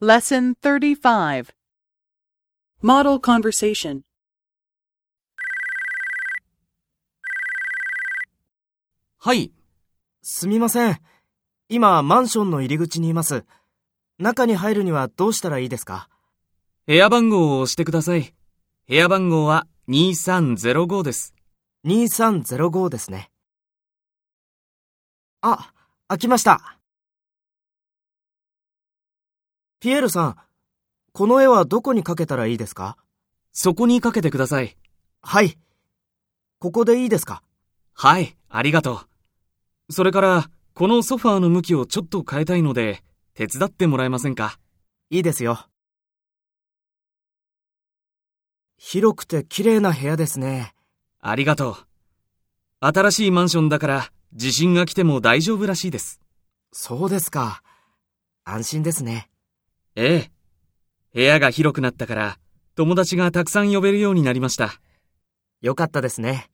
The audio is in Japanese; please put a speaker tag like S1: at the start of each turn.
S1: Lesson 35 Model Conversation
S2: はい。すみません。今、マンションの入り口にいます。中に入るにはどうしたらいいですか
S3: 部屋番号を押してください。部屋番号は2305です。
S2: ?2305 ですね。あ、開きました。ピエールさん、この絵はどこにかけたらいいですか
S3: そこにかけてください。
S2: はい。ここでいいですか
S3: はい、ありがとう。それから、このソファーの向きをちょっと変えたいので、手伝ってもらえませんか
S2: いいですよ。広くて綺麗な部屋ですね。
S3: ありがとう。新しいマンションだから、地震が来ても大丈夫らしいです。
S2: そうですか。安心ですね。
S3: ええ。部屋が広くなったから、友達がたくさん呼べるようになりました。
S2: よかったですね。